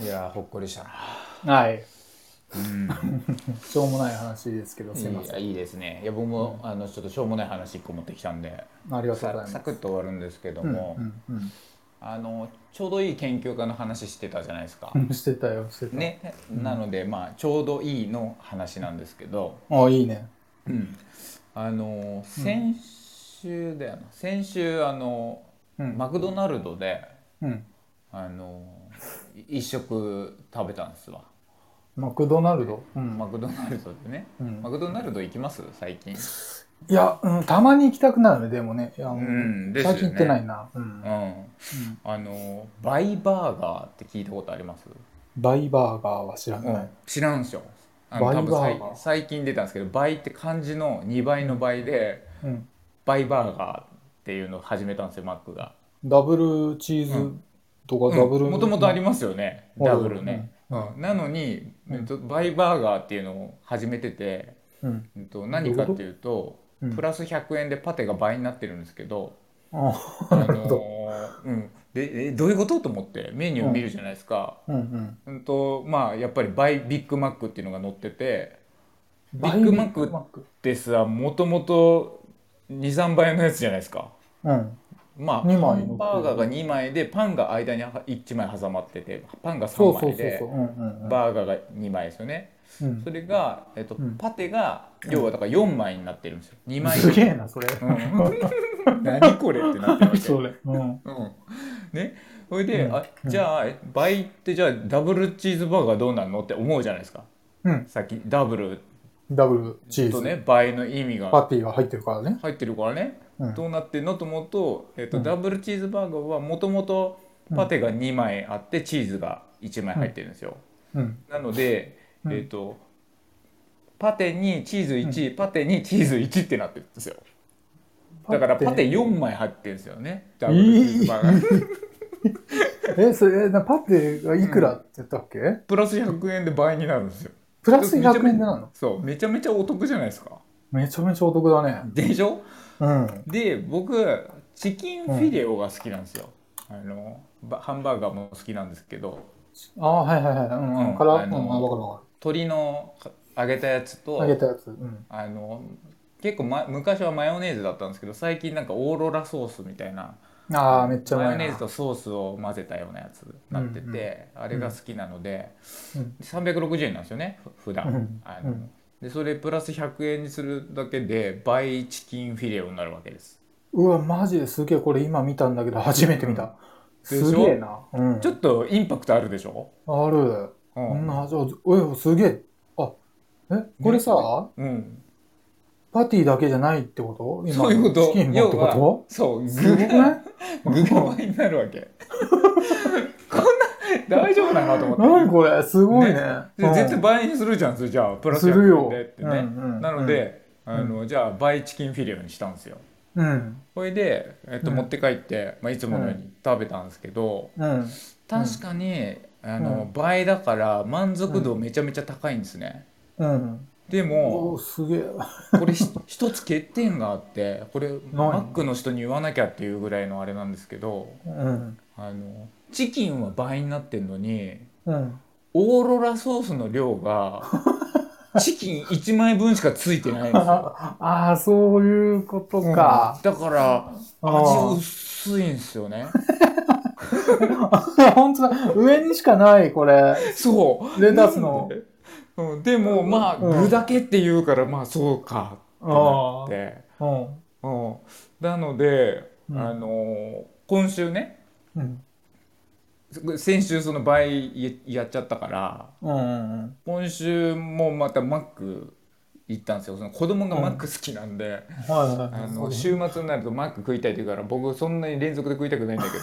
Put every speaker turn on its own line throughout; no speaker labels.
がほっこりしたな。
はい。
うん
しょうもない話ですけど、すいま
い
せん。
やいいですねいや僕も、あのちょっとしょうもない話1個持ってきたんで
ありがとうございま
さ
す。
サクッと終わるんですけど
うん
も、
うん
あのちょうどいい研究家の話してたじゃないですか
う。ん。してたよ、してた。。
ね、なので、まあ、ちょうどいいの話なんですけど、
あ、いいね。
うんあの先週だよな先週あの、
うん
マクドナルドで
うん。
あのい一食食べたんですわ。
マクドナルド。うん。
マクドナルドでね、
うん
マクドナルド行きます最近、
いや、うん、たまに行きたくなるね、でもね。いや
んですよ
最
ね
近行ってないな。う。
うんん、あのバイバーガーって聞いたことあります、
バイバーガーは知ら
う
なんい。、
知らんすよあの多
バイ
分
バ
さ
ー
い
ガー
最近出たんですけど倍って漢字の2倍の倍で
うん。
バイバーガーっていうのを始めたんですよマックが
ダブルチーズとかダブル。
もともとありますよね、
うん
ダブルね、
うん
うんなのに、えっとバイバーガーっていうのを始めてて、
うん。
えっと、何かっていうと
うん
プラス100円でパテが倍になってるんですけど、
あ
あのーうん、でえどういうことと思ってメニューを見るじゃないですか、
うんうん。
うんとまあ、やっぱり倍ビッグマックっていうのが載ってて
ビ
ッグマック
ク。
でさもともと23倍のやつじゃないですか。
うん。
まあ、
二枚の
ハンバーガーが2枚でパンが間に1枚挟まっててパンが
そう
3
そう
枚
そう
で
そう。うんうんうん。
バーガーが2枚ですよね
うん
それが、えっと
ん
パテが要はだから4枚になってるんですよ2枚
すげえな、それ。
うん 何これってなってるわけ
それ。うん。
うんねそれで、
うん
あじゃあえ倍ってじゃあダブルチーズバーガーどうなんのって思うじゃないですか
うん。
さっきダブル
ダブルチー
と
ズ。
ね倍の意味
パ
が
ティが入ってるからね。
入ってるからね、
うん
どうなってんのと思うと、えっと
うん
ダブルチーズバーガーはもともとパテが2枚あってチーズが1枚入ってるんですよ、
うん。
なので、
うん
えっ、とパテにチーズ1、パテにチーズ1ってなってるんですよだからパテ4枚入ってるんですよねダブルチーズバーガー、
え、それ、なパテがいくらって言ったっけ
プラス100円で倍になるんですよ
プラス100円でなの
そうめちゃめちゃお得じゃないですか
めちゃめちゃお得だね。
でしょ
うん。
で僕チキンフィレオが好きなんですよ、あのばハンバーガーも好きなんですけど
ああ、はいはいはい。うん。
う
うんん、から、うん、
あ
あ
の
わかるわか
鶏のか揚げたやつと
る。あげたやつ。うん。
あの結構、ま、昔はマヨネーズだったんですけど最近なんかオーロラソースみたいな
ああ、めっちゃう
マ
ま
ヨ
いな。
ネーズとソースを混ぜたようなやつになってて、あれが好きなので、
うん
360円なんですよねふ普段、
うん
あの
うん
でそれプラス100円にするだけで倍チキンフィレオになるわけです
うわ、マジですげえ、これ今見たんだけど、初めて見た。
でしょ
すげえな。うん。
ちょっとインパクトあるでしょ、
ある。
う
こん
ん
な、じゃあ、おい、すげえ。あ、え、これさ、
うん、
パティだけじゃないってこと今
そういうこと
チキンもってこ
そう
とす
具
ごく
が
ない
具が倍になるわけ こんな大丈夫なのと思って
何これすごいね。
で
うん
絶対倍にするじゃんそれじゃあプラス
するよ
100でってね、
うんうん
なので、あのじゃあ倍チキンフィレオにしたんですよ
うん。
それで、えっと
うん
持って帰って、まあ、いつものように食べたんですけど、
うん。
確かにあの、
う
倍だから満足度めちゃめちゃ高いんですね、
うん。
で
お
も
ーすげえ。
これひ一つ欠点があってこれマックの人に言わなきゃっていうぐらいのあれなんですけど
うん。
あのチキンは倍になってんのに
うん。
オーロラソースの量 がチキン1枚分しかついてないんですよ。
ああ、そういうことか。
だから
あ
味薄いんです よね。
ー 本当だ。上にしかない、これ。
そう。
レタスの。
うん、でもまあ、
うん
具だけって言うからまあそうかってなって。
うん。
うん、なので、
うん
あのー今週ね
うん。
先週その倍やっちゃったから
うん。うん
今週もまたマック行ったんですよその子供がマック好きなんで。
はいはいはい。
あの週末になるとマック食いたいって言うから僕そんなに連続で食いたくないんだけ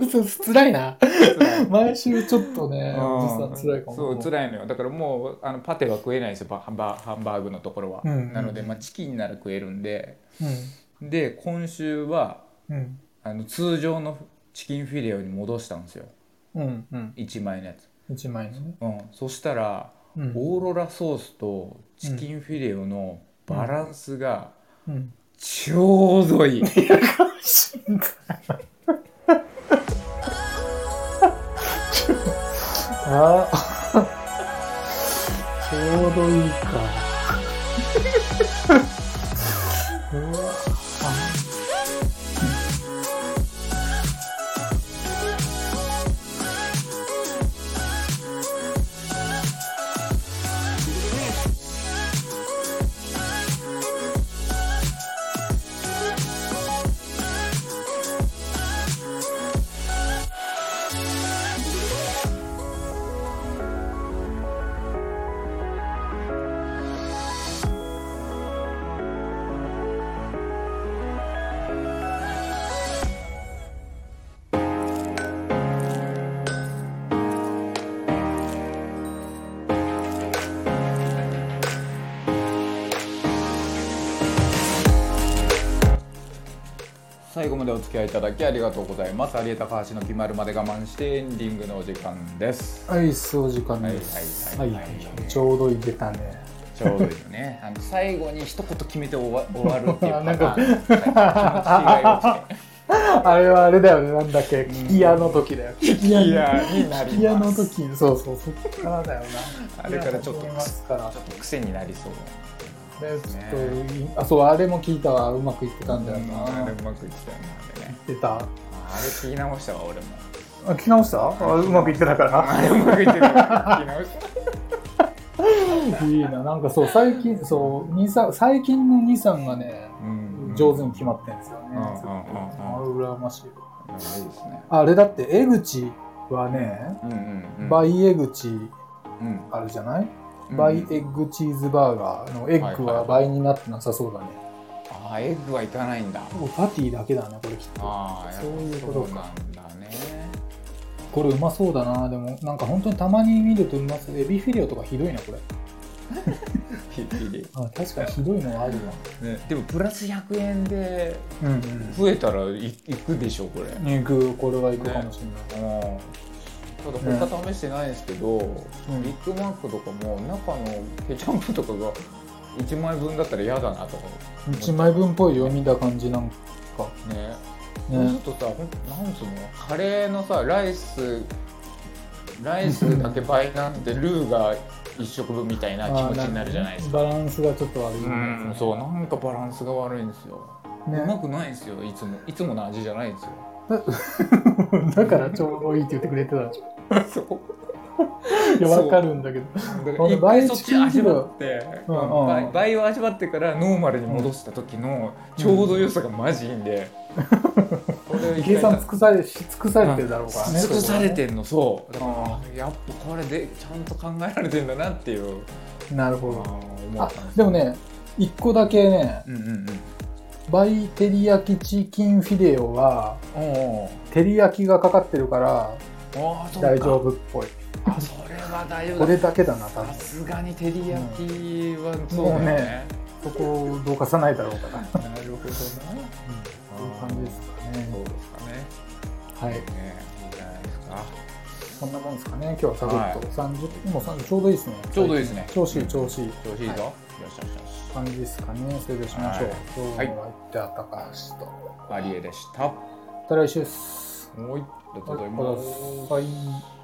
ど
そう辛いな。 毎週ちょっと ね、おじさん辛いかも。
そう辛いのよだからもうあのパテは食えないんですよばハンバハンバーグのところは、
うんうん
なので、まあ、チキンなら食えるんで
う
で今週は
ん。うん。
あの通常のチキンフィレオに戻したんですよ
うん。うん。
1枚のやつ、
一枚のね。
うん、そしたら、
うん
オーロラソースとチキンフィレオのバランスが
うん。
ちょうどいい、
しんどい。あー ちょうどいいか。うわあ
最後までお付き合いいただきありがとうございます。有江高橋の決まるまで我慢してエンディングのお時間です。
アイスお時間です。
は
はいい
は
はいい
はい
はい。ちょうどいい出たね。
ちょうどいいよ ね。あの最後に一言決めて終わ終わるっていうパターン。 はい気持ち
あれはあれだよね。なんだっけ。聞き屋の時だよ。聞
いいよねいやになり
き屋
ま
の
す。
時。そうそう。そっからだよな。
あれからちょっと
聞き屋だ思いますから。
ちょっと癖になりそう。
ねちょっと、あ、そう、あれも聞いたわ。うまくいってたんだよな。
あれ
言
うまくいってたよね。あれね
ってた。
あれ聞き直したわ俺も。
あ聞き直したあうまくいってたから
あれうまくいってた。聞き直した。
いいななんかそう最近そう兄さん最近の兄さんがね
うん
上手に決まってんですよね、
うんうんうんうん
ずっとあれ羨ましい
い
わ
いですね。
あれだって江口はね、
うんうんうん。
バイ江口
うん
あるじゃない、
うん
バイエッグチーズバーガーのエッグ
はいは
はい倍になってなさそうだね、
あエッグはいかないんだ。
もうパティだけだねこれきっと
ああ
そういうことか
そうなんだね。
これうまそうだなでもなんか本当にたまに見るとうまそうエビフィレオとかひどいなこれ
ピッピリ
あ確かにひどいのはあるわ
ね、でもプラス100円で
うんうん
増えたらいいくでしょこれ、うん、
行くこれは行くかもしれない、
ただ他試してないですけど、ビッグマックとかも中のケチャップとかが1枚分だったら嫌だなとか
1枚分っぽいよ見た感じなんか
ねもうちょ
ね
っとさほんなんつうのカレーのさライスライスだけ倍なんでルーが1食分みたいな気持ちになるじゃないですか
バランスがちょっと悪い
うんそうなんかバランスが悪いんですよ、うま
ね
くないんですよいつもいつもの味じゃないん ですよ
だからちょうどいいって言ってくれてたでしょ
そう
いやわかるんだけど
だか
こ
ら
の
一回
倍
そっち味わって
うんうん
倍倍を味わってからノーマルに戻した時のちょうど良さがマジいいんで、これを一回
計算尽くされし尽くされてるだろうからね
尽くされ
る
てんのそうだか
あ
らやっぱこれでちゃんと考えられてんだなっていう
なる
あー
ほど
思
あ
ったんです
でもね1個だけね
うんうんうん
バイテリヤキチキンフィレオは
おう
照り焼きがかかってるから
おうあーそうか
大丈夫っぽい
あそれは大丈夫
こ
だ
れだけだな多
さ
分
すがに照り焼きはそうだよね,、
そこをどうかさないだろうから、うん、
なるほどな
そういう感じですか
そ
ね
うですかね
はい
ねいいじゃないですか
こんなもんですかね、今日はサクッと、三十もう30ちょうどいいですね。
ちょうどいいですね
調子いい、調子いい
調子いいぞ、よしよし
は
よし
感じですかね、それでしましょう。
はい
今日はじゃあ高橋と、
マリエでした
また来週です。
はいありがとうござい
くだ
ます
さい。